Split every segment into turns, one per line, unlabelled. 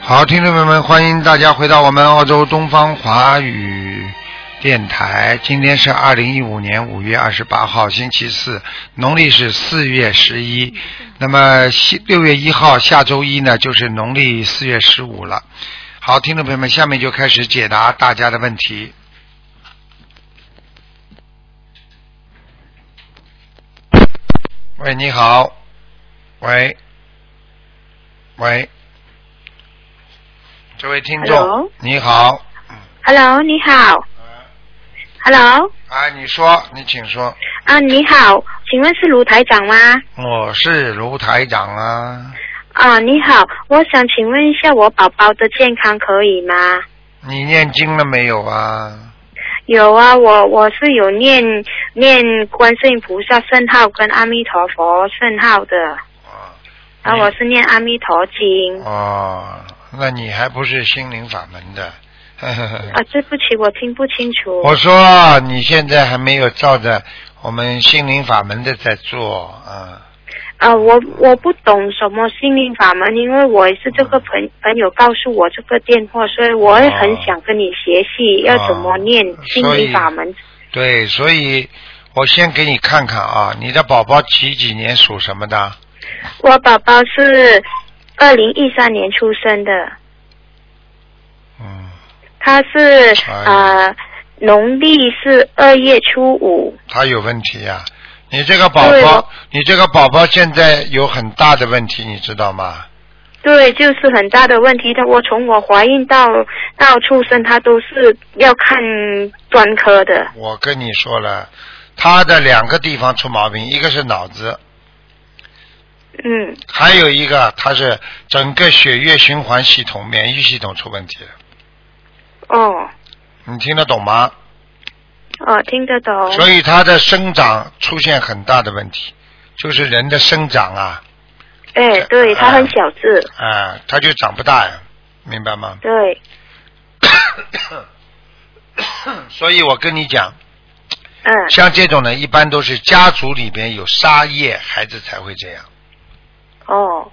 好，听众朋友们，欢迎大家回到我们澳洲东方华语电台。今天是二零一五年五月二十八号，星期四，农历是四月十一。那么西六月一号，下周一呢，就是农历四月十五了。好，听众朋友们，下面就开始解答大家的问题。喂，你好。喂，喂，这位听众
Hello
你好。
Hello，你好。Hello，
啊，你说，你请说。
啊，你好，请问是卢台长吗？
我是卢台长啊，
啊，你好，我想请问一下我宝宝的健康可以吗？
你念经了没有啊？
有啊，我我是有念念观世音菩萨圣号跟阿弥陀佛圣号的，
啊，
啊，我是念阿弥陀经。
哦，那你还不是心灵法门的。呵呵呵
啊，对不起，我听不清楚。
我说啊你现在还没有照着我们心灵法门的在做啊。
啊，我我不懂什么心灵法门，因为我也是这个朋朋友告诉我这个电话，所以我也很想跟你学习要怎么念心灵法门。
对，所以我先给你看看啊，你的宝宝几几年属什么的？
我宝宝是二零一三年出生的，
嗯，
他是
哎
呃农历是二月初五。
他有问题呀、你这个宝
对哦
宝
我，
你这个宝宝现在有很大的问题，你知道吗？
对，就是很大的问题。他我从我怀孕到到出生，他都是要看专科的。
我跟你说了，他的两个地方出毛病，一个是脑子，
嗯，
还有一个他是整个血液循环系统、免疫系统出问题了。
哦，
你听得懂吗？
哦，听得懂。
所以他的生长出现很大的问题，就是人的生长啊，
哎，对他很小只，
啊，他就长不大呀，明白 吗？
对，
所以我跟你讲，
嗯，
像这种人一般都是家族里边有杀业，孩子才会这样。
哦，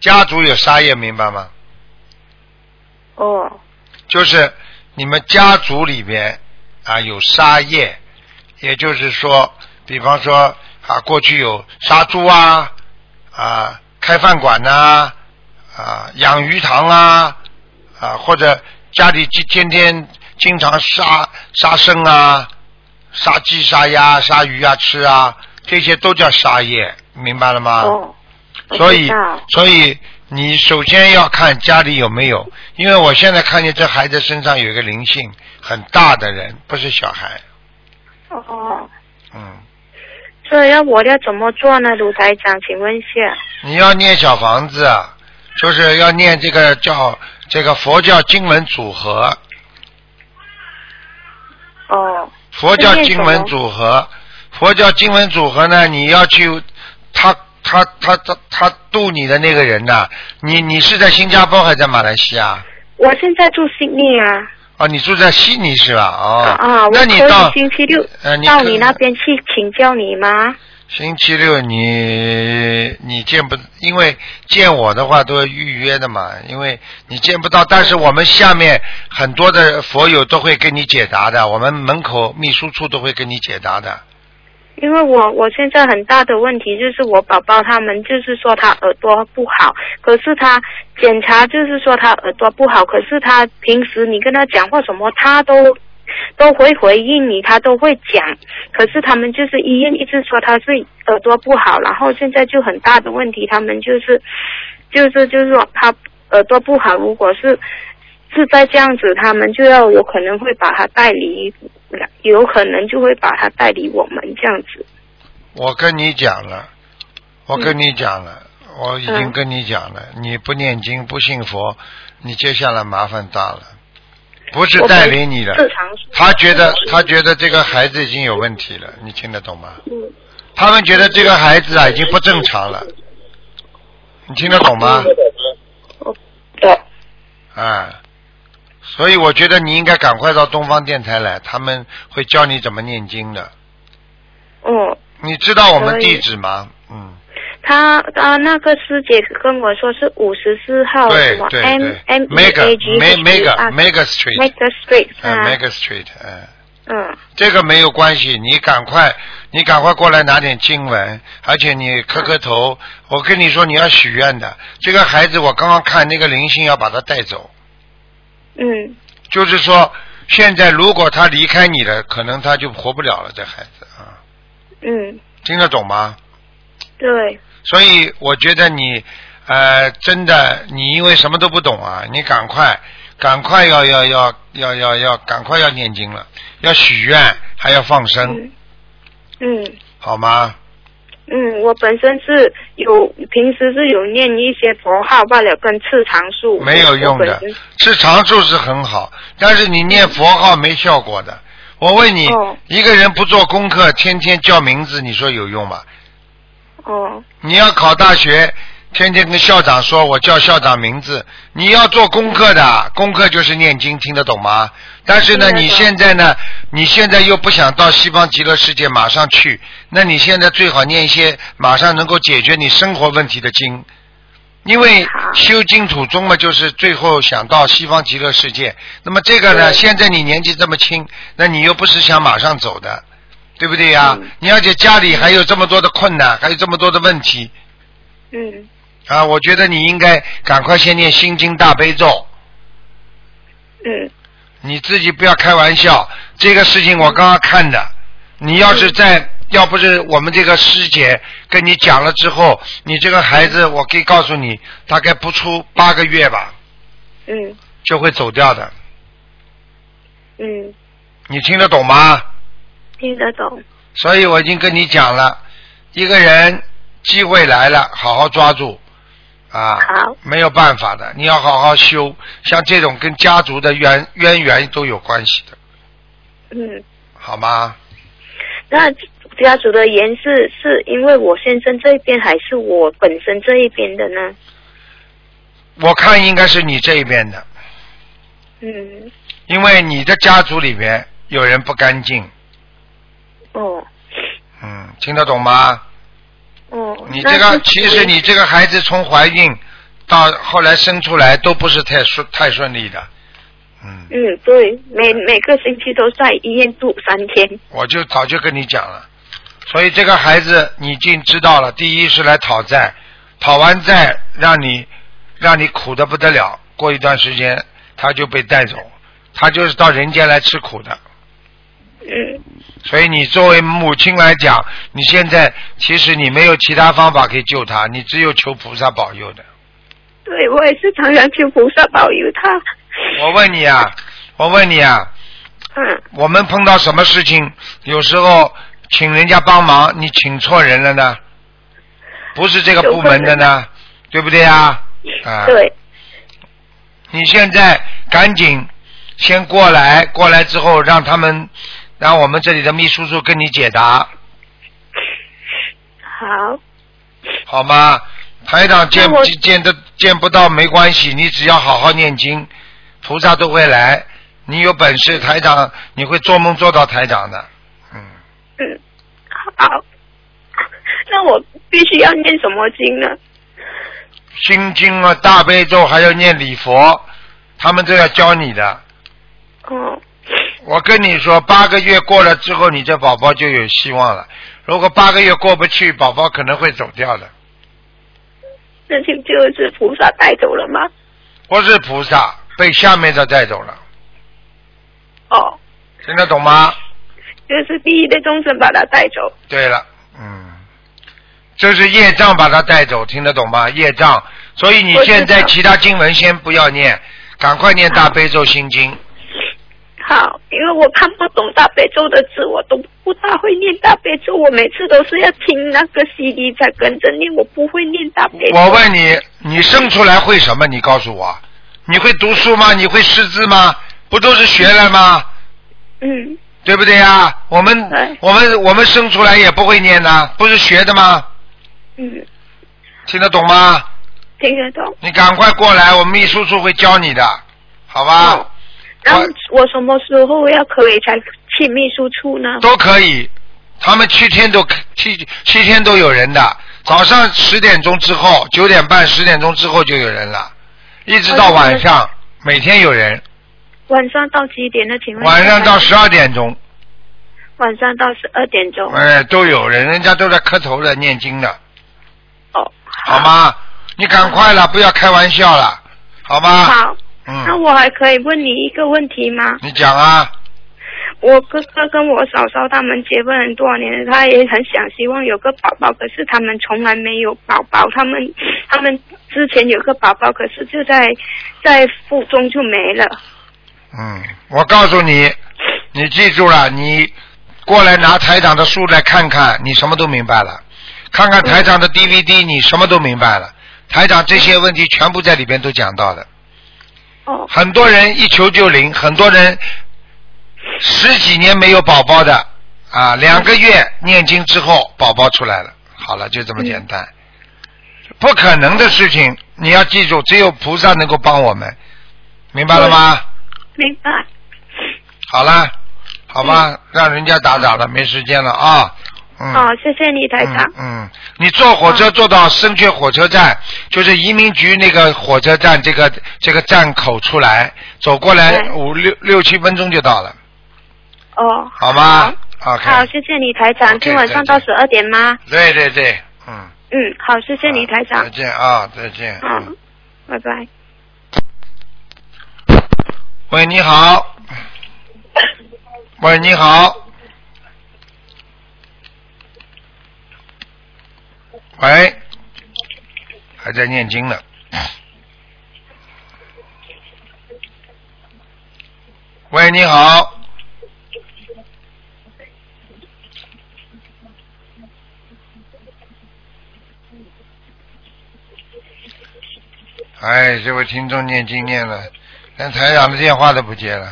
家族有杀业，明白吗？
哦，
就是你们家族里边啊有杀业，也就是说，比方说啊，过去有杀猪啊，啊，开饭馆呐、啊，养鱼塘啊，啊，或者家里天天天经常杀杀生啊，杀鸡、杀鸭、杀鱼啊吃啊，这些都叫杀业，明白了吗？
哦，我
啊所
知
以
道，
所以你首先要看家里有没有，因为我现在看见这孩子身上有一个灵性很大的人，不是小孩，
哦，
嗯，
这要我要怎么做呢，卢台长？请问一下。
你要念小房子，啊，就是要念这个叫这个佛教经文组合，
哦，
佛教经
是念什
文
么
组合，佛教经文组合呢，你要去他。他他他他渡你的那个人呐、你你是在新加坡还是在马来西亚？
我现在住悉尼啊。
哦，你住在悉尼是吧？哦，
啊，我
那
可
你到
以星期六
呃你
到
可以
你那边去请教你吗？
星期六你你见不，因为见我的话都要预约的嘛，因为你见不到。但是我们下面很多的佛友都会跟你解答的，我们门口秘书处都会跟你解答的。
因为我我现在很大的问题就是我宝宝他们就是说他耳朵不好，可是他检查就是说他耳朵不好，可是他平时你跟他讲话什么他都 都会回应你，他都会讲，可是他们就是医院一直说他是耳朵不好，然后现在就很大的问题，他们就是就是就是说他耳朵不好，如果是是再这样子，他们就要有可能会把他带离，有可能就会把他带离我们这样子。
我跟你讲了，我跟你讲了，我已经
嗯
跟你讲了，你不念经不信佛，你接下来麻烦大了，不是
我
带
们
领你
正
的。
常
他觉得他觉得这个孩子已经有问题了，你听得懂吗？
嗯
他们觉得这个孩子啊已经不正常了，你听得懂吗？
对，
啊，所以我觉得你应该赶快到东方电台来，他们会教你怎么念经的。
嗯，
你知道我们
可以
地址吗？嗯，
他啊那个师姐跟我说是五十四号
嗯
哦什
对
么
对
M
对
M E A G
，mega mega mega
Make
street，
the street 是
嗯
吧
mega street，嗯。
嗯
这个没有关系，你赶快，你赶快过来拿点经文，而且你磕磕头。我跟你说，你要许愿的。这个孩子，我刚刚看那个灵性要把他带走，
嗯
就是说，现在如果他离开你了，可能他就活不了了。这孩子啊，
嗯，
听得懂吗？
对，
所以我觉得你，呃，真的，你因为什么都不懂啊，你赶快，赶快要要要要要要，赶快要念经了，要许愿，还要放生，
嗯嗯
好吗？
嗯，我本身是有平时是有念一些佛号罢了，跟次长素
没有用的
我本身，
吃长寿是很好，但是你念佛号没效果的。我问你，
哦
一个人不做功课，天天叫名字，你说有用吗？
哦
你要考大学，天天跟校长说我叫校长名字，你要做功课的，功课就是念经，听得懂吗？但是呢，
听得懂
你现在呢，你现在又不想到西方极乐世界马上去，那你现在最好念一些马上能够解决你生活问题的经，因为
好
修净土宗嘛，就是最后想到西方极乐世界。那么这个呢，
对
现在你年纪这么轻，那你又不是想马上走的，对不对呀、
嗯
你而且家里还有这么多的困难，还有这么多的问题，
嗯
啊，我觉得你应该赶快先念心经大悲咒，
嗯
你自己不要开玩笑。这个事情我刚刚看的，你要是在，要不是我们这个师姐跟你讲了之后，你这个孩子，我可以告诉你，大概不出八个月吧，
嗯
就会走掉的。
嗯，
你听得懂吗？
听得懂。
所以我已经跟你讲了，一个人机会来了，好好抓住啊
好，
没有办法的，你要好好修。像这种跟家族的渊渊源都有关系的，
嗯，
好吗？
那家族的缘是是因为我先生这一边还是我本身这一边的呢？
我看应该是你这一边的，
嗯，
因为你的家族里面有人不干净，
哦
嗯，听得懂吗？
哦，
你
那
这个
是
其实你这个孩子从怀孕到后来生出来都不是太顺太顺利的，嗯，
嗯，对，每每个星期都在医院住三天。
我就早就跟你讲了，所以这个孩子你已经知道了，第一是来讨债，讨完债让你让你苦的不得了，过一段时间他就被带走，他就是到人间来吃苦的。
嗯
所以你作为母亲来讲，你现在其实你没有其他方法可以救他，你只有求菩萨保佑的。
对，我也是常常求菩萨保佑他。
我问你啊，我问你啊，
嗯，
我们碰到什么事情，有时候请人家帮忙，你请错人了呢，不是这个部门的呢，对不对啊？啊，
对，
你现在赶紧先过来，过来之后让他们，让我们这里的秘书处跟你解答，
好，
好吗？台长见
那我
见得见不到没关系，你只要好好念经，菩萨都会来。你有本事，台长你会做梦做到台长的，嗯。
嗯，好。那我必须要念什么经呢？
心经啊、大悲咒，还要念礼佛，他们都要教你的。
哦，
我跟你说，八个月过了之后，你这宝宝就有希望了。如果八个月过不去，宝宝可能会走掉的。
那就就是菩萨带走了吗？
不是菩萨被下面的带走了，
哦，
听得懂吗？
就是第一的众生把他带走。
对了，嗯，这是业障把他带走，听得懂吗？业障，所以你
我知道
现在其他经文先不要念，赶快念大悲咒心经。
好，因为我看不懂大悲咒的字，我都不大会念大悲咒。我每次都是要听那个 CD 才跟着念，我不会念大悲咒。
我问你，你生出来会什么？你告诉我，你会读书吗？你会识字吗？不都是学来吗？
嗯，
对不对呀？我们
对
我们我们生出来也不会念呐、不是学的吗？
嗯，
听得懂吗？
听得懂。
你赶快过来，我们秘书处会教你的，好吧？
哦那我什么时候要可以才去秘书处呢？
都可以，他们七天都七七天都有人的，早上十点钟之后，九点半、十点钟之后就有人了，一直到晚上，每天有人，
晚上到几点呢？请问
晚上到十二点钟，
晚上到十二点钟。
哎，都有人，人家都在磕头了、念经了，
哦，
好？吗？你赶快了，不要开玩笑了，好吗？
好，那
嗯，
我还可以问你一个问题吗？
你讲啊，
我哥哥跟我嫂嫂他们结婚很多年了，他也很想希望有个宝宝，可是他们从来没有宝宝。他们他们之前有个宝宝，可是就在在腹中就没了。
嗯，我告诉你，你记住了，你过来拿台长的书来看看，你什么都明白了。看看台长的 DVD，你什么都明白了。台长这些问题全部在里边都讲到了。
哦
很多人一求就灵，很多人十几年没有宝宝的啊，两个月念经之后宝宝出来了，好了，就这么简单。不可能的事情，你要记住，只有菩萨能够帮我们，明白了吗？
明白。
好啦，好吧，让人家打扰了，没时间了啊。嗯。
嗯哦，谢谢你，台长。
嗯。嗯，你坐火车坐到深圳火车站，就是移民局那个火车站这个这个站口出来，走过来
对
五六六七分钟就到了，
哦，
好吗？OK。
好，谢谢你，台长。
OK，
今晚上到
再
十二点吗？
对对对，嗯。啊
嗯，好，谢谢你，台
再
长。
见啊，再见。
嗯，拜拜。
喂，你好。喂，你好。喂，还在念经呢。喂，你好。哎，这位听众念经念了，连台长的电话都不接了。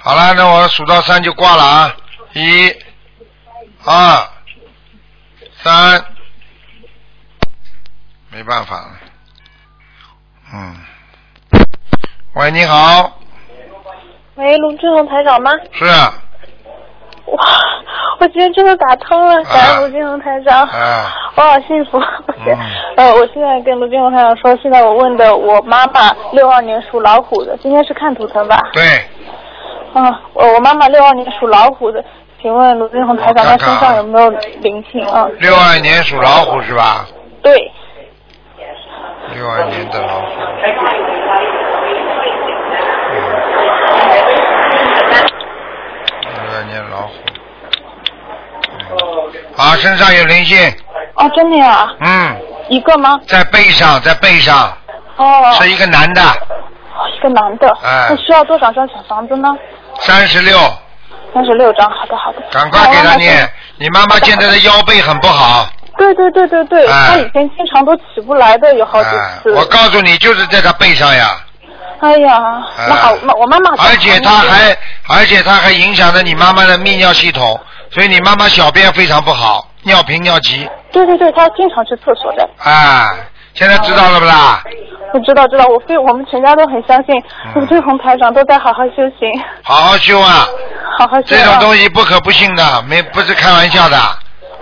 好了，那我数到三就挂了啊！一、二、三，没办法了。嗯。喂，你好，
喂，卢俊宏台长吗？
是啊，
哇，我今天真的打通了，感恩卢俊宏台长，
啊
我好幸福。
嗯
呃，我现在跟卢俊宏台长说，现在我问的我妈妈六二年属老虎的，今天是看图腾吧？
对，
啊，我我妈妈六二年属老虎的，请问卢俊宏台长，
我看看
她
啊
身上有没有灵性啊？
六二年属老虎是吧？
对，
六二年的老虎。六二年老虎。嗯啊，身上有灵性，
哦，真的呀，
嗯，
一个吗？
在背上，在背上，
哦，
是一个男的，
哦一个男的，
哎
那需要多少张小房子呢？
三十六，
三十六张，好的好的，
赶快给他念。你妈妈现在的腰背很不好，
对对对对对，
哎
他以前经常都起不来的，有好几
哎，
次。
我告诉你，就是在他背上呀，
哎呀，
哎
那好，那我妈妈。
而且他还，而且他还影响着你妈妈的泌尿系统，所以你妈妈小便非常不好，尿频尿急，
对对对，他经常去厕所的。
啊，现在知道了不
哦
啦？
我知道知道，我非我们全家都很相信
嗯，
我对红台长都在好好修行，
好好修啊，
好好修
这种
啊。
东西不可不信的，没不是开玩笑的，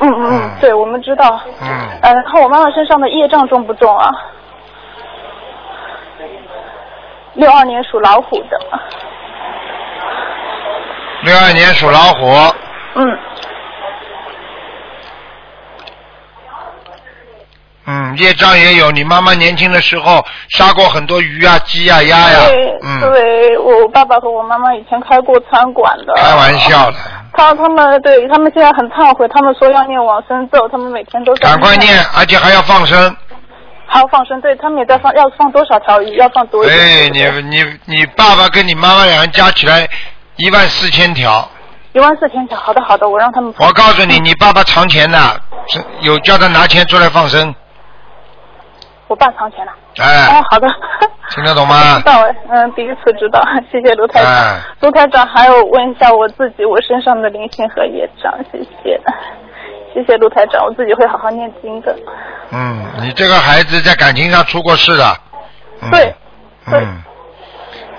嗯嗯
嗯
嗯，对，我们知道。
嗯，
呃，然后我妈妈身上的业障重不重啊？六二年属老虎的，
六二年属老虎，
嗯，
嗯，业障也有，你妈妈年轻的时候杀过很多鱼啊、鸡啊、鸭呀、
对，
嗯，
对我爸爸和我妈妈以前开过餐馆的。
开玩笑的。
他他们对他们现在很忏悔，他们说要念往生咒，他们每天都在
赶快念，而且还要放生。
还有放生，对他们也在放，要放多少条鱼，要放多一点。
哎，
对不
你
对
你你爸爸跟你妈妈两人加起来一万四千条，
一万四千条，好的好的，我让他们
我告诉你，
嗯
你爸爸藏钱呐、是有叫他拿钱出来放生，
我爸藏钱了。
哎
哦，，好的。
听得懂吗
知？道，嗯，第一次知道，谢谢卢台长。
哎
卢台长，还有问一下我自己，我身上的灵性和业障，谢谢，谢谢卢台长，我自己会好好念经的。
嗯，你这个孩子在感情上出过事了，嗯，
对对
嗯，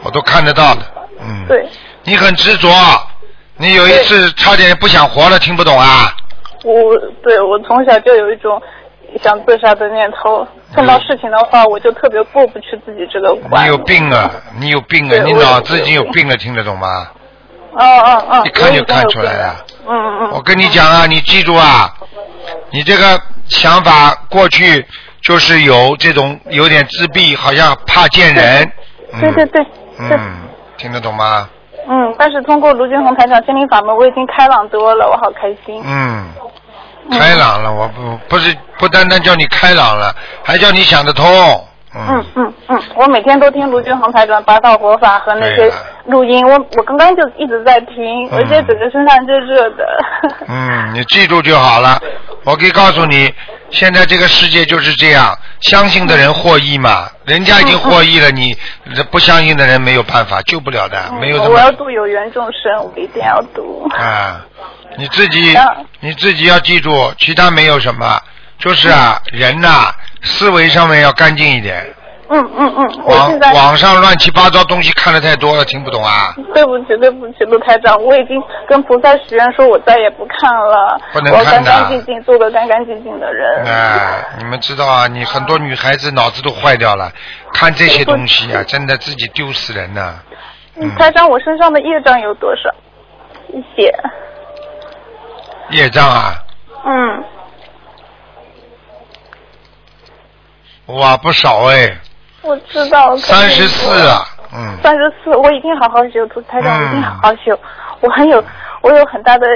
我都看得到的，嗯，
对，
你很执着，你有一次差点不想活了，听不懂啊？
我对我从小就有一种想自杀的念头。碰到事情的话，我就特别过不去自己这个
嗯
关。
你有病啊！你有病啊！
对
你
我有
脑子已经有病了，听得懂吗？
嗯！嗯嗯嗯，
一看就看出来
了
了。
嗯嗯嗯。
我跟你讲啊，你记住啊，你这个想法过去就是有这种有点自闭，好像怕见人。
对对
嗯
对，对
嗯，听得懂吗？
嗯，但是通过卢俊宏台长心灵法门，我已经开朗多了，我好开心。
嗯，
嗯
开朗了，我不不是不单单叫你开朗了，还叫你想得通。
嗯嗯嗯，我每天都听卢俊宏台长八道佛法和那
对
些
了
录音，我我刚刚就一直在听，
嗯
而且整个身上热热的。
嗯，你记住就好了。我可以告诉你，现在这个世界就是这样，相信的人获益嘛，人家已经获益了，你不相信的人没有办法，救不了的，没有
嗯
什
我要
么
度有缘众生，我一定要度。
啊。你自己
嗯
你自己要记住，其他没有什么，就是啊，人呐、思维上面要干净一点。
嗯嗯嗯，我
网
现在
网上乱七八糟东西看的太多了，听不懂啊。
对不起，对不起，陆台长，我已经跟菩萨许愿说，我再也不看了，
不能
我要
看
干
的
干净净，做个干干净净的人。
哎，你们知道啊，你很多女孩子脑子都坏掉了，看这些东西啊，真的自己丢死人呐、
嗯
嗯
台长，我身上的业障有多少？一些，
业障啊，
嗯，
哇，不少哎，
我知道。
三十四啊，嗯，
三十四，我一定好好修，台长，
嗯
我一定好好修，我很有，我有很大的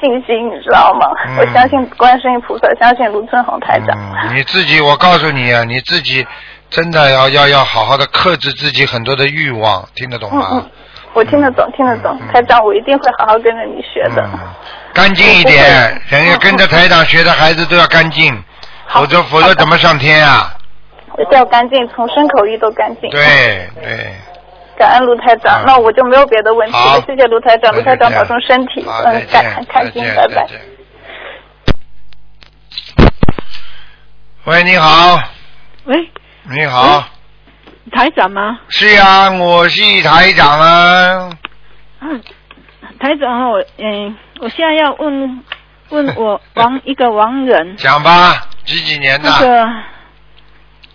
信心，你知道吗？
嗯
我相信观世音菩萨，相信卢正宏台长。
嗯，你自己，我告诉你啊，你自己真的要要要好好的克制自己很多的欲望，听得懂
嗯
吗？
嗯，我听得懂，听得懂，台长，我一定会好好跟着你学的。
嗯，干净一点，人家跟着台长学的孩子都要干净，
好
否则否则怎么上天啊？
我要干净，从身口意都干 净。，
对对，
感恩卢台长，
嗯
那我就没有别的问题
好
了。谢谢卢台长，
那
卢
就
台长
这样
保重身体，
好，再
嗯，
见
感，很开
再
心
见，，
拜
再
拜。
见。喂，你好，
喂，
你
嗯
好，
台长吗？
是呀，我是台长啊。
嗯，台长，我嗯，我现在要问问我王一个王人，
讲吧，几几年的
那？个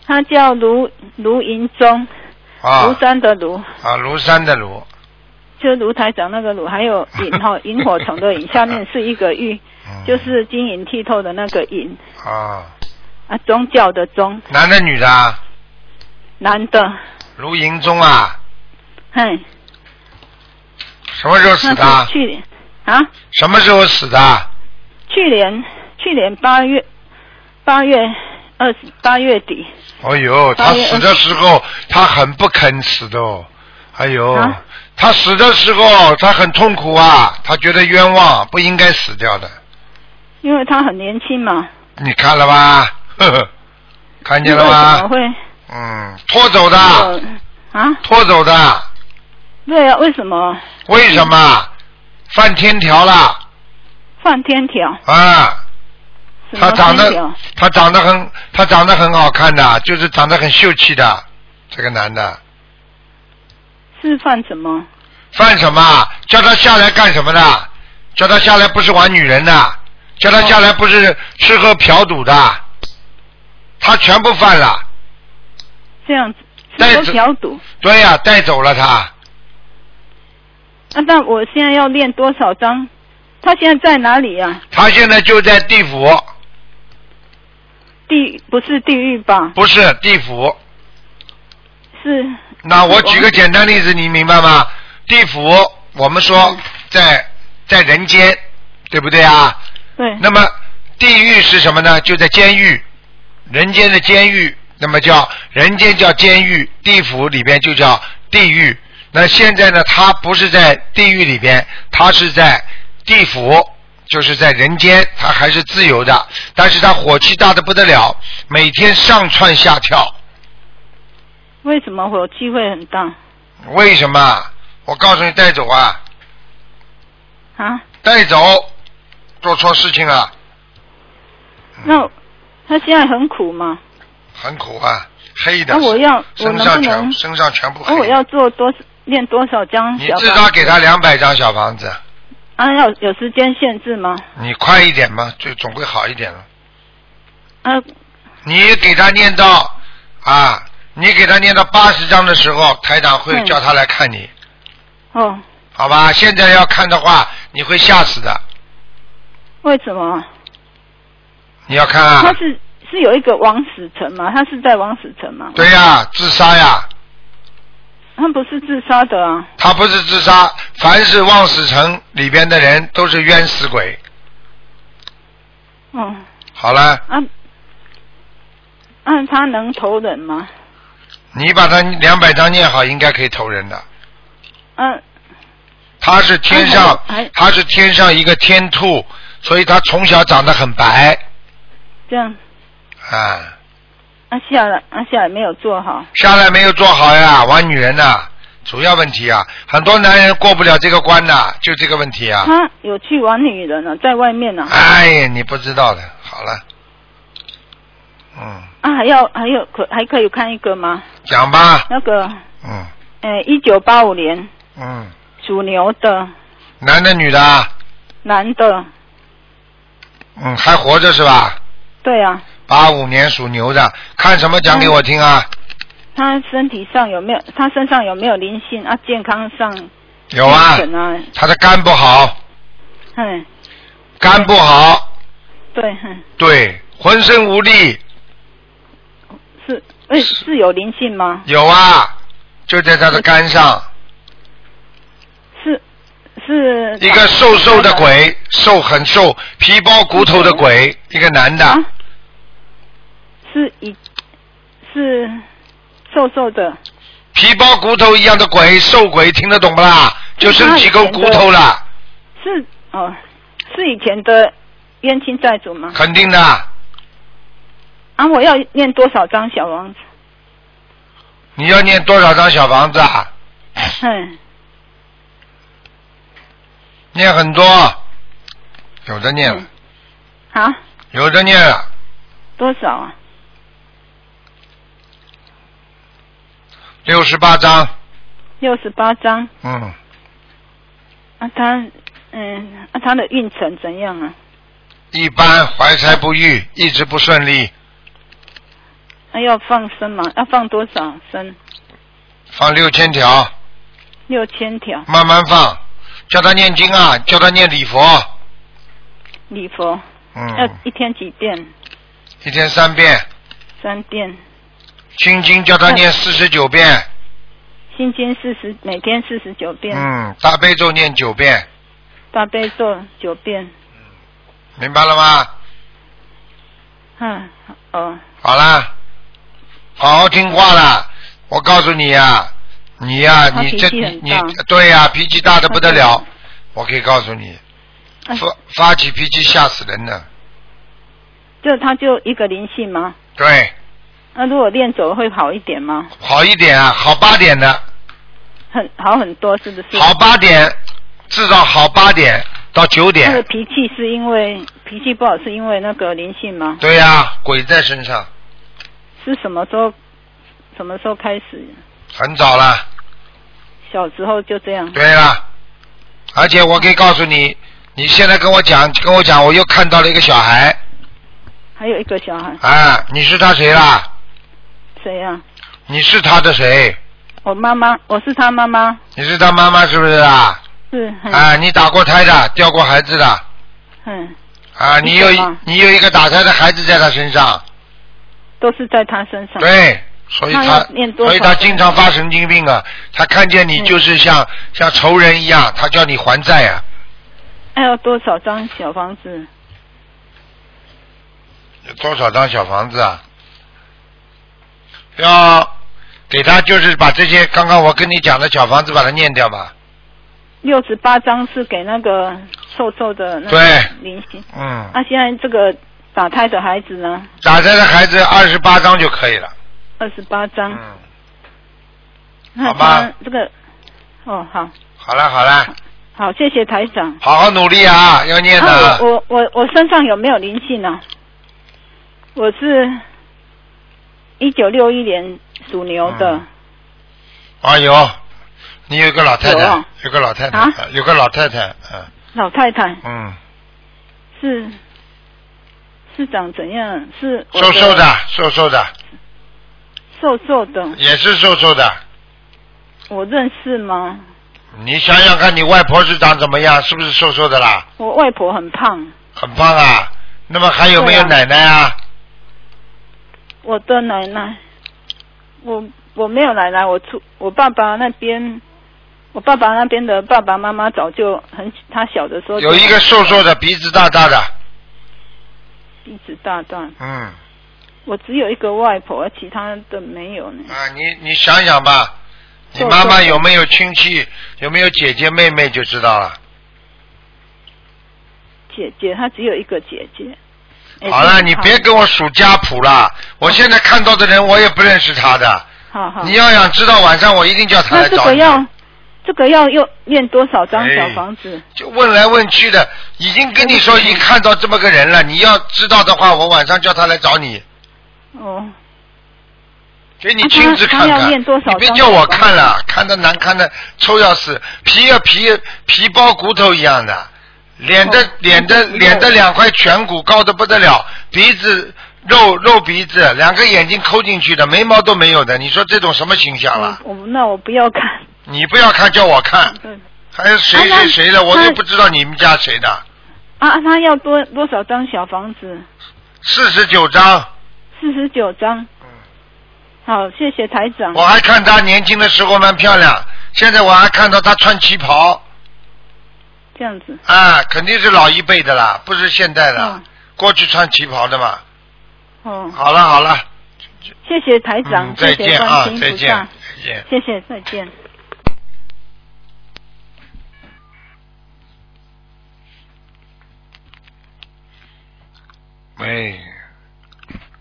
他叫卢卢银忠，
啊
庐山的卢，
啊，庐山的庐，
就是卢台长那个卢，还有银哈萤火虫的萤，下面是一个玉，
嗯
就是晶莹剔透的那个银
啊，
啊，宗教的宗，
男的女的啊？
男的，
卢银忠啊，
嘿，
什么时候死的
那
啊
是？去年啊，
什么时候死的啊？
去年去年八月八月二十八月底。
哎呦，他
八月
死的时候他很不肯死的哦，哎呦
啊，
他死的时候他很痛苦啊，他觉得冤枉，不应该死掉的，
因为他很年轻嘛。
你看了吧？呵呵，看见了
为什么
吗？
会？
嗯，拖走的，
呃啊，
拖走的，
对啊，为什么
为什么？犯天条了
犯天条？
啊！
什
他
么
长
天
得
条？
他长得很他长得很好看的，就是长得很秀气的这个男的，
是犯什么？
犯什么？叫他下来干什么的？叫他下来不是玩女人的，叫他下来不是吃喝嫖赌的，他全部犯了。
这样子，
带
什么
着
嫖赌？
对呀、带走了他。
啊，那我现在要练多少张？他现在在哪里呀、啊？
他现在就在地府，
地不是地狱吧？
不是地府。
是
那我举个简单例子，你明白吗？地府，我们说在在人间，对不对啊？
对
那么地狱是什么呢？就在监狱，人间的监狱，那么叫人间叫监狱，地府里边就叫地狱。那现在呢，他不是在地狱里边，他是在地府，就是在人间，他还是自由的，但是他火气大的不得了，每天上蹿下跳。
为什么火气会很大
为什么？我告诉你，带走啊，
啊？
带走，做错事情啊了，嗯
那他现在很苦嘛？
很苦啊，黑的，
那哎我要我
身
能
上
不能
全？身上全部黑
那
的。
我要做多练多少张
你
小
至
房
少给他两百张小房子，
啊，要有时间限制吗？
你快一点嘛，就总归好一点了。
啊，
你给他念到啊，你给他念到八十章的时候，台长会
嗯
叫他来看你，
哦，
好吧？现在要看的话，你会吓死的。
为什么？啊
你要看
他
啊，
是是有一个王死城嘛？他是在王死城嘛？
对呀、自杀呀，
他不是自杀的啊。
他不是自杀，凡是望死城里边的人都是冤死鬼。
哦，
好了，
啊，啊，他能投人吗？
你把他两百张念好，应该可以投人的。
嗯、
他是天上
哎哎，
他是天上一个天兔，所以他从小长得很白
这样，
啊。
啊下来啊下来没有做好。
下来没有做好呀，玩女人呐、主要问题啊，很多男人过不了这个关呐、就这个问题啊。
他有去玩女人了，在外面呢、啊。
哎呀，你不知道的，好了，嗯，
啊还要还有可还可以看一个吗？
讲吧，
那个，
嗯
呃，一九八五年
嗯，
属牛的
男的女的啊，
男的，
嗯，还活着是吧？
对啊，
八五年属牛的，看什么讲给我听啊？
嗯他身体上有没有？他身上有没有灵性啊？健康上
有啊，
准啊，
他的肝不好，
嗯，
肝不好，
对，嗯，
对，浑身无力，
是，哎，是有灵性吗？
有啊，就在他的肝上，
是是
一个瘦瘦的鬼，瘦很瘦，皮包骨头的鬼，一个男的，
啊，是一是瘦瘦的，
皮包骨头一样的鬼，瘦鬼，听得懂不啦？就剩几根骨头了，
是哦，是以前的冤亲债主吗？
肯定的。
啊，我要念多少张小王子？
你要念多少张小房子啊？
嗯，
念很多，有的念了
嗯，好，
有的念了，
多少啊？
六十八张，
六十八张
嗯，
啊，他嗯，啊，他的运程怎样啊？
一般怀才不遇，一直不顺利，
啊，要放生吗？要放多少生？
放六千条，
六千条
慢慢放，叫他念经啊，叫他念礼佛，
礼佛，要
嗯，
一天几遍？
一天三遍。
三遍。
心经叫他念四十九遍，
心经四十，每天四十九遍，
嗯，大悲咒念九遍，
大悲咒九遍。
明白了吗？
嗯，哦，
好啦，好好听话啦！我告诉你呀、你呀、
他
你
脾
这
气
你
很
你
大
对呀、脾气大的不得
他
了
脾气。
我可以告诉你，
哎
发发起脾气吓死人的。
这他就一个灵性吗？
对，
那、如果练走会好一点吗？
好一点啊，好八点的，
很好很多，是不是？
好八点，至少好八点到九
他的
点。
脾气是因为脾气不好，是因为那个灵性吗？
对呀、鬼在身上，
是什么时候？什么时候开始？
很早了。
小时候就这样。
对了，而且我可以告诉你，你现在跟我讲，跟我讲，我又看到了一个小孩，
还有一个小孩，
啊，你是他谁啦？
谁呀、
你是他的谁？
我妈妈，我是他妈妈，
你是他妈妈是不是啊？
是，嗯、
啊，你打过胎的，掉过孩子的，
嗯，
啊，你有
是吗
你有一个打胎的孩子在他身上，
都是在他身上。
对，所以
那
他
要念多少
所以他经常发神经病啊，他看见你
嗯
就是像像仇人一样，他叫你还债啊，
还有多少张小房子？
有多少张小房子啊？要给他就是把这些刚刚我跟你讲的小房子把它念掉吧。
六十八张是给那个瘦瘦的那
对
个林星。
嗯，
那、现在这个打胎的孩子呢？
打胎的孩子二十八张就可以了。
二十八张。
嗯，
那
好吧
他这个，哦，好，
好了好了，
好，谢谢台长。
好好努力啊，要念的
啊
啊，。
我我我我身上有没有灵性啊？我是一九六一年属牛的。
嗯啊有，你有一个老太
有
太
啊，
有个老太太
啊，
有个老太太，嗯
老太太
嗯，
是是长怎样？是我
瘦瘦的，瘦瘦的，
瘦瘦的，
也是瘦瘦的。
我认识吗？
你想想看，你外婆是长怎么样？是不是瘦瘦的啦？
我外婆很胖，
很胖啊。那么还有没有
对啊
奶奶啊？
我的奶奶，我我没有奶奶，我出我爸爸那边，我爸爸那边的爸爸妈妈早就很他小的时候就
有一个瘦瘦的，鼻子大大的，
鼻子大大，
嗯。
我只有一个外婆，其他的没有呢。
啊，你你想想吧，你
瘦
妈妈
瘦的
有没有亲戚，有没有姐姐妹妹就知道了。
姐姐她只有一个姐姐。哎
好了，你别跟我数家谱了，我现在看到的人我也不认识他的。
好好。
你要想知道，晚上我一定叫他
那
来
这
找
个
你。
要这个要又念多少张
哎
小房子？
就问来问去的，已经跟你说已经看到这么个人了，你要知道的话，我晚上叫他来找你，
哦，
给你
啊他
亲自看
他要
看。
念多少
你别
张啊
叫我
小房
看了，看的难看的臭要死，皮要皮皮包骨头一样的，脸的、
哦
脸的
那就
脸的
肉
两块颧骨高的不得了，鼻子肉肉鼻子，两个眼睛抠进去的，眉毛都没有的，你说这种什么形象了？
我我那我不要看。
你不要看，叫我看，
对
还有谁
嗯啊那
谁谁的，我都
那
不知道你们家谁的，
啊，他要多多少张小房子？
四十九张。
四十九张。
嗯
好，谢谢台长。
我还看她年轻的时候蛮漂亮，现在我还看到她穿旗袍，
这样子。
啊，肯定是老一辈的啦，不是现代的，
嗯
过去穿旗袍的嘛。
哦，
好了好了，
谢谢台
嗯
长，，谢
再
谢
见啊
观世，音
再
菩
见
萨，
再见。
谢谢，再见。
哎，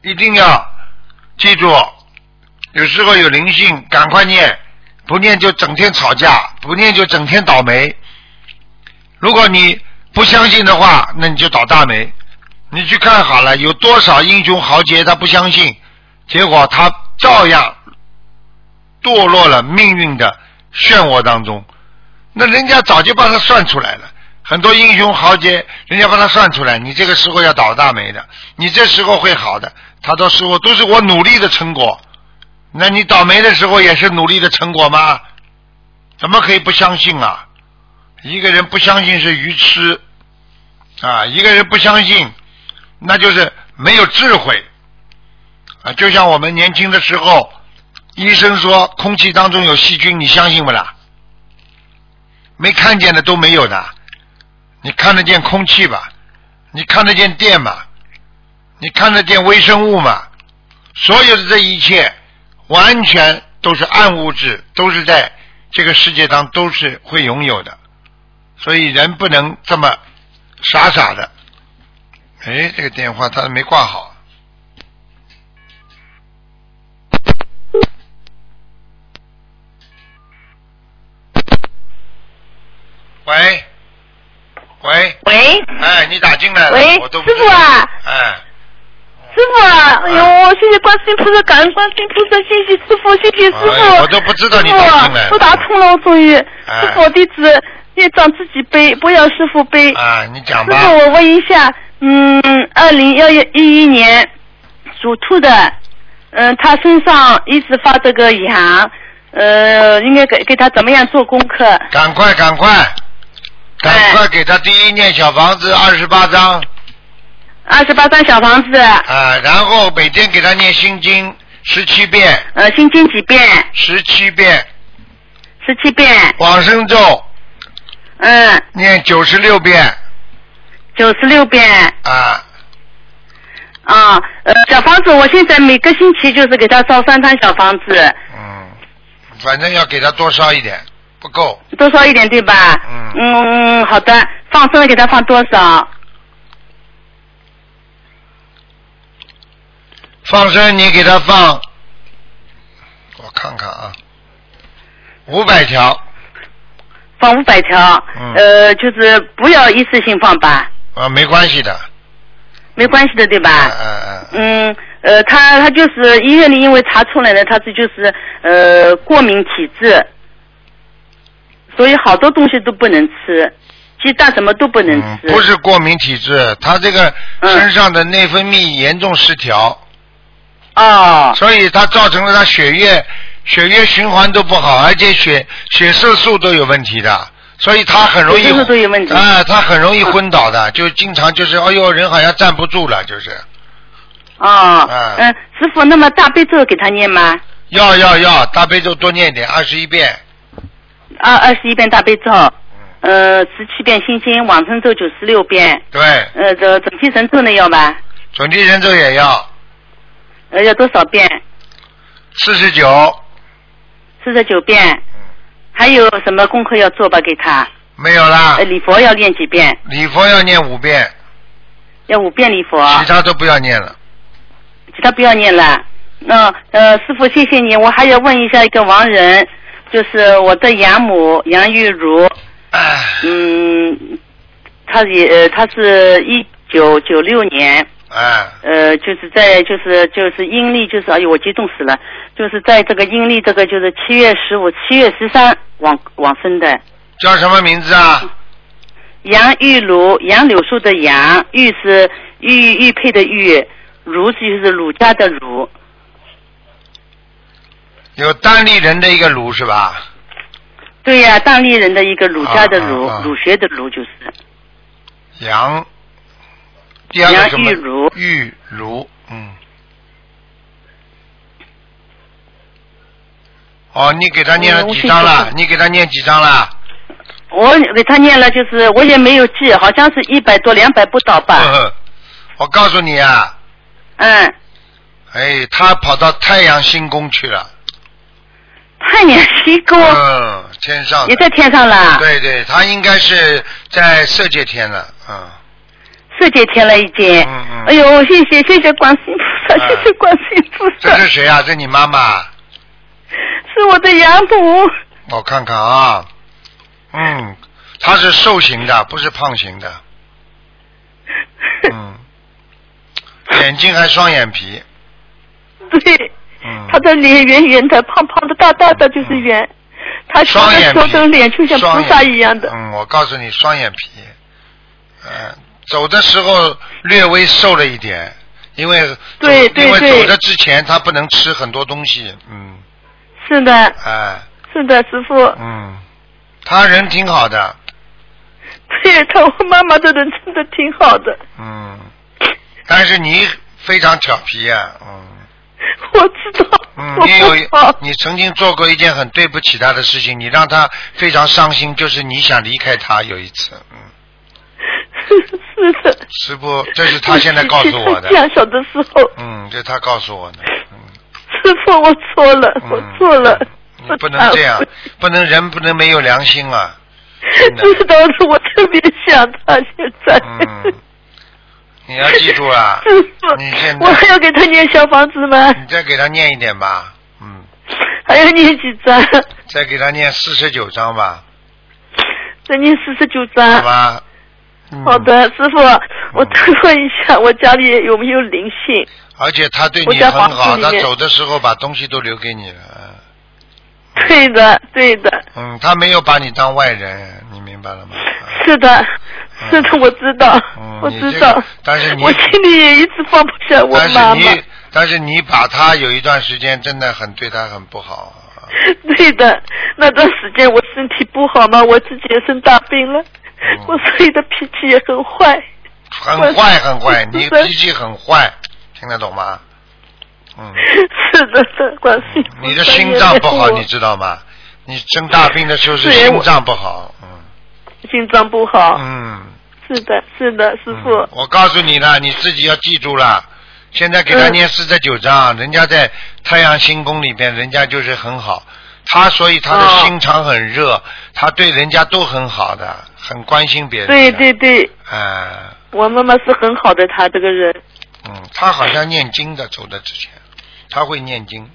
一定要记住，有时候有灵性，赶快念，不念就整天吵架，不念就整天倒霉。如果你不相信的话，那你就倒大霉。你去看好了，有多少英雄豪杰他不相信，结果他照样堕落了命运的漩涡当中。那人家早就帮他算出来了，很多英雄豪杰，人家帮他算出来，你这个时候要倒大霉的，你这时候会好的，他到时候都是我努力的成果。那你倒霉的时候也是努力的成果吗？怎么可以不相信啊？一个人不相信是愚痴啊，一个人不相信，那就是没有智慧啊。就像我们年轻的时候，医生说空气当中有细菌，你相信不啦？没看见的都没有的，你看得见空气吧？你看得见电吗？你看得见微生物吗？所有的这一切，完全都是暗物质，都是在这个世界上都是会拥有的，所以人不能这么傻傻的。哎，这个电话他没挂好。喂，喂，
喂，
哎，你打进来了，
喂
我都不
师傅
知道
啊，
哎，
师傅啊，哎呦，谢谢观世音菩萨，感恩观世音菩萨，谢谢师傅，谢谢师
哎
傅。
我都不知道你
师傅
打
啊
进来了
都打通了，终于。
哎
师傅，弟子业障自己背，不要师傅背。
啊，你讲
师
吧，
傅，我问一下，嗯，二零幺一一年属兔的，嗯，他身上一直发这个痒，呃，应该给给他怎么样做功课？
赶快赶
哎
快，赶快给他第一念小房子二十八章
二十八张小房子，
啊，然后每天给他念心经十七遍，
呃，心经几遍？
十七遍，
十七遍。
往生咒
嗯，
念九十六遍
九十六遍。
啊，
啊，呃，小房子，我现在每个星期就是给他烧三张小房子，
嗯，反正要给他多烧一点，不够，
多烧一点对吧？
嗯
嗯，好的，放生的给他放多少？
放生你给他放，我看看啊，五百条，
放五百条。
嗯
呃，就是不要一次性放吧，
啊，没关系的，
没关系的对吧？
嗯嗯嗯，
嗯，呃，他他就是医院里因为查出来了，他是就是呃过敏体质，所以好多东西都不能吃。鸡蛋什么都不能
嗯，
吃。
不是过敏体质，他这个
嗯
身上的内分泌严重失调，
哦
所以它造成了他血液血液循环都不好，而且血血色素都有问题的，所以他很容易
血色素都有问题
啊，他很容易昏倒的，就经常就是哎呦人好像站不住了，就是
哦，
嗯
嗯，师傅，那么大悲咒给他念吗？
要要要大悲咒多念一点，二十一遍，
二二十一遍大悲咒，
嗯，
呃，十七遍心经，往生咒九十六遍，
对，
呃，这整体神咒呢要吧？
准提神咒也要
呃，要多少遍？
四十九，
四十九遍。
嗯，
还有什么功课要做吧？给他，
没有啦
呃，，礼佛要念几遍？
礼佛要念五遍，
要五遍礼佛，
其他都不要念了。
其他不要念了。那、呃，师傅，谢谢你。我还要问一下一个亡人，就是我的养母杨玉茹，
唉，
嗯，她也呃她是一九九六年，
哎，
呃，就是在就是就是阴历就是哎呦我激动死了，就是在这个阴历这个就是七月十五、七月十三往往生的
叫什么名字啊？
杨玉茹，杨柳树的杨，玉是玉玉佩的玉，茹就是儒家的儒，
有单立人的一个炉是吧？
对呀、当地人的一个儒家的儒，
啊啊啊
儒学的儒就是
杨，第二个什么？
杨玉茹
玉炉，嗯。哦，你给他念了
嗯我
几张
是
了
这？
你给他念几张了？
我给他念了，就是我也没有记，好像是一百多、两百不到吧。
呵呵 我告诉你啊，
嗯，
哎，他跑到太阳星宫去了，
太年西宫
嗯，天上的
也在天上啦，
对对，他应该是在色界天了，嗯，
世界天了已经。
嗯嗯
哎呦，谢谢谢谢观世音菩萨，
嗯
谢谢观世音菩
这
萨，
是谁啊？这你妈妈？
是我的养母。
我看看啊，嗯，他是瘦型的，不是胖型 的， 嗯，眼睛还双眼皮，
对，
嗯，
他的脸圆圆的，胖胖的，大大的，就是圆。他小
双
的
眼
时候
皮
的脸就像菩萨一样的
双，眼皮嗯，我告诉你，双眼皮，呃，走的时候略微瘦了一点，因为走
对对
因为
对
走的之前他不能吃很多东西，嗯，
是的，
哎、
是的，师傅，
嗯，他人挺好的，
对他我妈妈这人真的挺好的，
嗯，但是你非常调皮呀、嗯。
我知道，
嗯，
我
你有
不 好，
你曾经做过一件很对不起他的事情，你让他非常伤心，就是你想离开他有一次，嗯，
是的，
师傅，这是他现在告诉 我的
这，样小的时候，
嗯，这是他告诉我的，嗯，
师傅我错了，
嗯
我错了，
你不能这样
我，
不能人不能没有良心啊，真的，
知道的，我特别想他现在。
嗯，你要记住了
师，傅，
你现
我还
在
要给他念小房子吗？
你再给他念一点吧，嗯，
还要念几张？
再给他念四十九章吧，
再念四十九
好
张。
吧？嗯
啊好。的，师傅，我再问一下，我家里有没有灵性？
而且他对
我
你
在
很
房子
好，
里
他
面
走的时候把东西都留给你了。嗯
对的，对的，
嗯，他没有把你当外人，你明白了吗？啊
是的，是的，我知道
嗯，
我
你这
知
个
道。
但是 你
我心里也一直放不下我
但
妈
是
妈。
你，但是你把他有一段时间真的很对他很不好啊。
对的，那段时间我身体不好嘛，我自己也生大病了，
嗯
我所以的脾气也很坏。
很坏，很坏，
我
你
是的
脾气很坏，听得懂吗？嗯，
是的，是关系。
你的心脏不好，你知道吗？你生大病的时候是
对
心
我
脏不好，嗯
心脏不好。
嗯。
是的，是的，师傅。
嗯我告诉你了，你自己要记住了。现在给他念四十九
嗯
章，人家在太阳星宫里边，人家就是很好。他所以他的
哦
心肠很热，他对人家都很好的，很关心别人的。
对对对，
啊，
我妈妈是很好的，她这个人。
嗯，他好像念经的，走的之前，他会念经。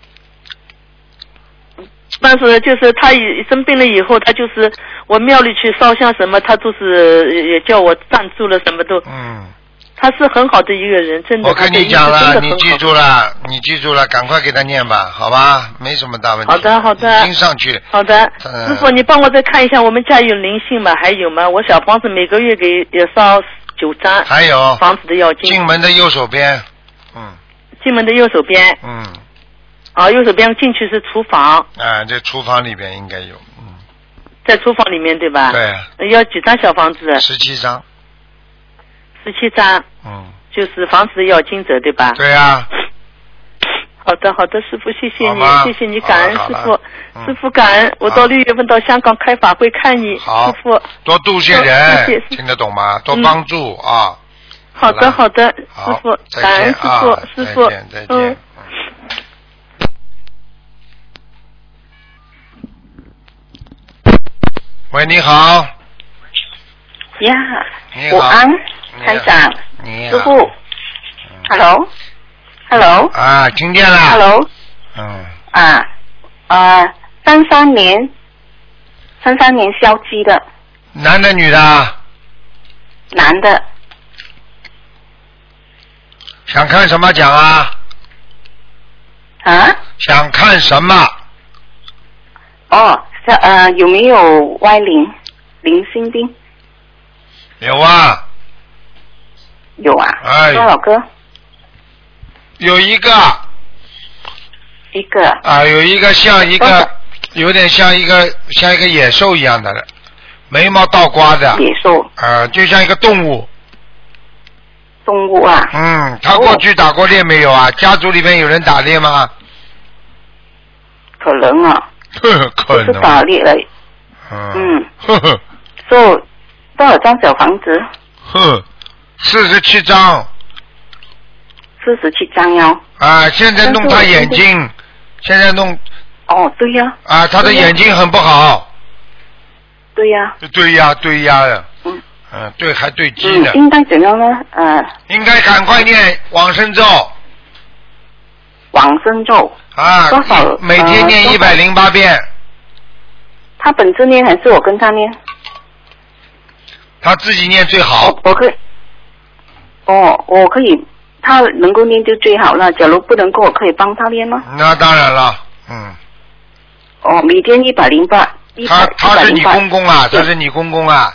但是就是她以生病了以后，她就是我庙里去烧香什么，她就是也也叫我赞助了什么都，
嗯，
他是很好的一个人，真的。
我跟你讲
他
了，
对医生真的很
你
好
记住了，你记住了，赶快给他念吧，好吧？没什么大问题。
好的好的
已经上去。
好的，
嗯
师傅，你帮我再看一下，我们家有灵性吗？还有吗？我小房子每个月给也烧九张
还有
房子的要经，
进门的右手边，嗯
进门的右手边，
嗯，
啊，右手边进去是厨房，
啊，这厨房里边应该有，嗯，
在厨房里面对吧？。
对，
要几张小房子？
十七张，
十七张，
嗯，
就是房子的要经者对吧？
对啊呀、
好的，好的，师傅，谢谢
好
你
吗，
谢谢你，
好
感恩
了好
师
了
傅，
嗯
师傅感恩。我
好
到六月份到香港开法会看你，师
好
傅。
多度些
多谢嗯谢，
人
谢
听得懂吗？多帮助啊！
好的，
好
好的，
好
师傅，
再
感恩
见
师傅
啊，，
师傅
再见，再，
嗯
见。。嗯喂，你好，
呀，
你好，
午安，
你好
台长，
你好嗯
师傅，hello，hello，hello，
啊，听见了嗯，
啊，呃，三三年，三三年消鸡的
男的啊女的，
男的，
想看什么讲啊？
啊，
想看什么？
哦，这呃有没有歪零零星病？
有啊，
有啊，
哎
多少个？
有一个
一个，
啊，有一个像一
多少
个，有点像一个像一个野兽一样的了，眉毛倒刮的，
野兽
啊，就像一个动物。
动物啊，
嗯，他过去打过猎没有
哦
啊？家族里面有人打猎 吗？
可能啊，
呵呵，
不
可
是打
能。
猎了，
嗯
嗯。
呵呵
就多少张小房子？嗯
呵， 四十七张
四十七张哟。
啊！现在弄他
但是我
眼
嗯
睛，现在弄
哦，对呀、
啊，他的
对呀
眼睛很不好。
对呀、
对呀，对呀的。
嗯
嗯，对，还对鸡呢
嗯，。应该怎样呢？呃，
应该赶快念往生咒
往生咒，
啊
多少，
每天念
呃
一
多
百
少
零八遍，
他本身念还是我跟他念？
他自己念最好
我。我可以，哦，我可以，他能够念就最好了。假如不能够，我可以帮他念吗？
那当然了，嗯，
哦，每天一百零八，一
他
百一
他
百
是
零
你
八。
公公啊，
对
他是你公公啊，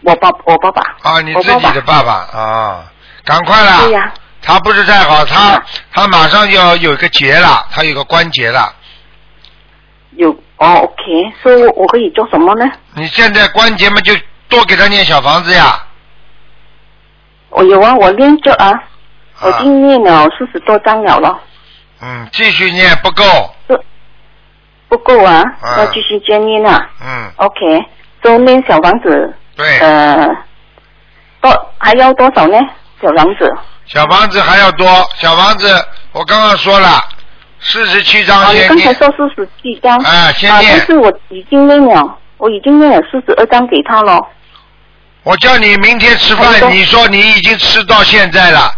我爸，我爸爸。
啊，你
我
自己的
爸
爸爸啊，赶快
爸。对
啦！
呀、
他不是太好，他
嗯
他马上就要有一个结了，他有个关节了。
有哦，OK，所以我可以做什么呢？
你现在关节嘛，就多给他念小房子呀。
我有啊，我念着啊，我已
啊，
经念了四十多张了咯，
嗯，继续念不够，
不够啊，
嗯
要继续再念啊。
嗯，
OK，所以念小房子
对，
呃，多还要多少呢？小王子，
小房子还要多，小房子我刚刚说了，四十七章
啊，你
先
刚才
念，
说四十七张，啊，
啊，先
但
念。
是我已经念了，我已经念了四十二张给他了。
我叫你明天吃
还
饭，
有
你说你已经吃到现在了，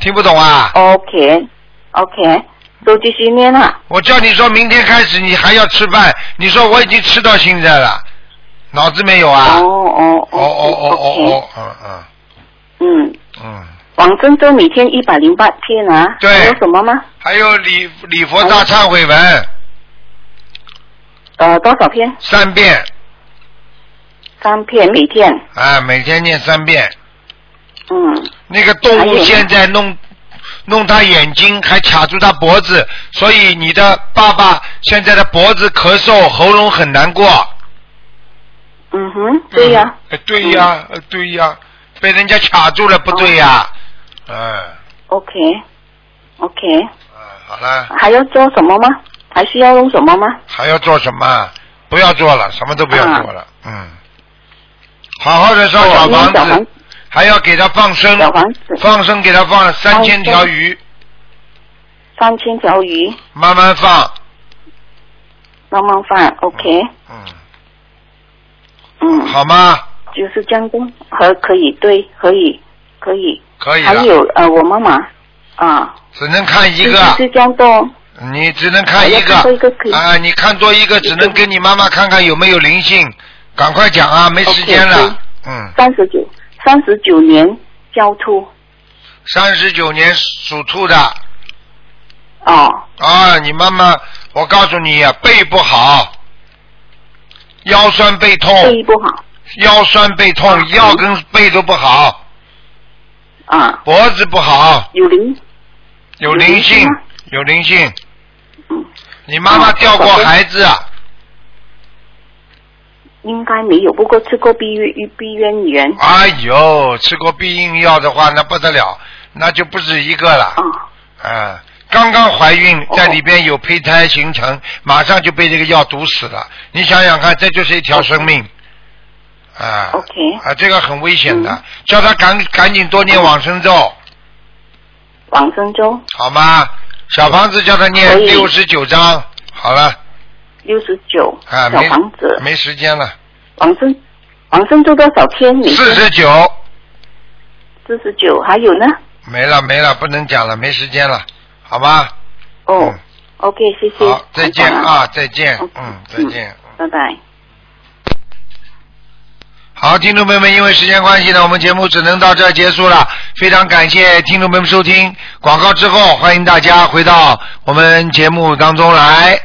听不懂啊？
哦 OK，OK，都继续念啊。
我叫你说明天开始你还要吃饭，你说我已经吃到现在了，脑子没有啊？
哦哦
哦哦哦
，OK，
哦哦，嗯
嗯，
嗯嗯，
往生咒每天一百零八天啊。
对
还有什么吗？
还有礼礼佛
哦
大忏悔文
呃，多少篇？
三遍，
三篇每天。
啊，每天念三遍。
嗯，
那个动
还有
物
呢
现在弄弄他眼睛，还卡住他脖子，所以你的爸爸现在的脖子咳嗽，喉咙很难过。
嗯哼，对呀、
嗯哎对呀、呃对呀、被人家卡住了，不对呀、嗯，
o k o k
嗯，好了，
还要做什么吗？还需要用什么吗？
还要做什么？不要做了，什么都不要做了，嗯，好好的烧
哦
小
那
房
小
子
房，
还要给他放生，
小房子
放生给他放了三千
放生
条鱼，
三千条鱼，
慢慢放，
慢慢放，OK，
嗯，
嗯，
好吗？
就是这样子，可可以，对，可以，可以，
可以
还
了，
有呃，我妈妈啊，
只能看啊一
嗯就
个，
是这样做，
你只能看一
我要看多一个可以
啊，你看多一个，只能给你妈妈看看有没有灵性，赶快讲啊，没时间
OK，
了，嗯，
三十九，三十九年。消兔。
三十九年属兔的
哦，
啊，你妈妈，我告诉你，啊背不好，腰酸背
背啊
痛，
不好
腰酸背痛，腰跟背都不好，
啊，
脖子不好，
有灵
有
有
灵
灵性
性
吗，
有灵性。
嗯，
你妈妈掉过孩子啊？
应该没有，不过吃过避孕避孕源
哎呦，吃过避孕药的话，那不得了，那就不止一个了。
啊，
啊，刚刚怀孕，
哦
在里边有胚胎形成，马上就被这个药毒死了。你想想看，这就是一条生命。啊
OK
啊，这个很危险的
嗯，
叫他赶赶紧多念往生咒，
往生咒
好吗？小房子叫他念
可以
六十九章，好了
六十九
啊，
小
没
房子
没时间了，
往生往生咒多少天？每
四
天
十九
四十九，还有呢？
没了没了，不能讲了，没时间了，好吧？
哦
嗯
，OK，谢谢，嗯
好，再见
台长
啊，再见
OK，，
嗯，再见。
拜拜。
好，听众朋友们，因为时间关系呢，我们节目只能到这儿结束了。非常感谢听众朋友们收听广告之后，欢迎大家回到我们节目当中来。